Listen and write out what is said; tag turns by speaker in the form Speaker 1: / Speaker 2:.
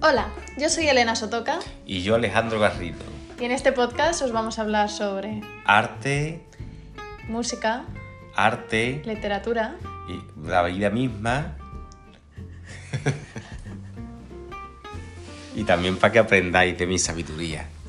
Speaker 1: Hola, yo soy Elena Sotoca
Speaker 2: Y yo, Alejandro Garrido.
Speaker 1: y en este podcast os vamos a hablar sobre
Speaker 2: Arte,
Speaker 1: música,
Speaker 2: arte
Speaker 1: literatura,
Speaker 2: y la vida misma. y también para que aprendáis de mi sabiduría.